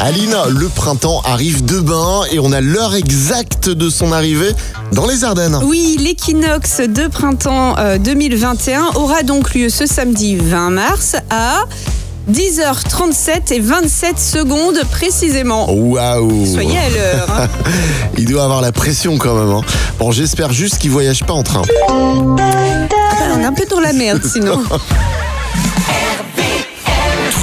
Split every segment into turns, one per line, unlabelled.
Aline, le printemps arrive demain et on a l'heure exacte de son arrivée dans les Ardennes.
Oui, l'équinoxe de printemps euh, 2021 aura donc lieu ce samedi 20 mars à 10h37 et 27 secondes précisément.
Waouh
Soyez à l'heure. hein.
Il doit avoir la pression quand même. hein. Bon, j'espère juste qu'il voyage pas en train.
On est un peu dans la merde sinon.
Tous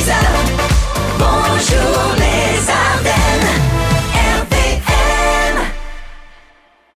6h à 10h, bonjour les Ardennes.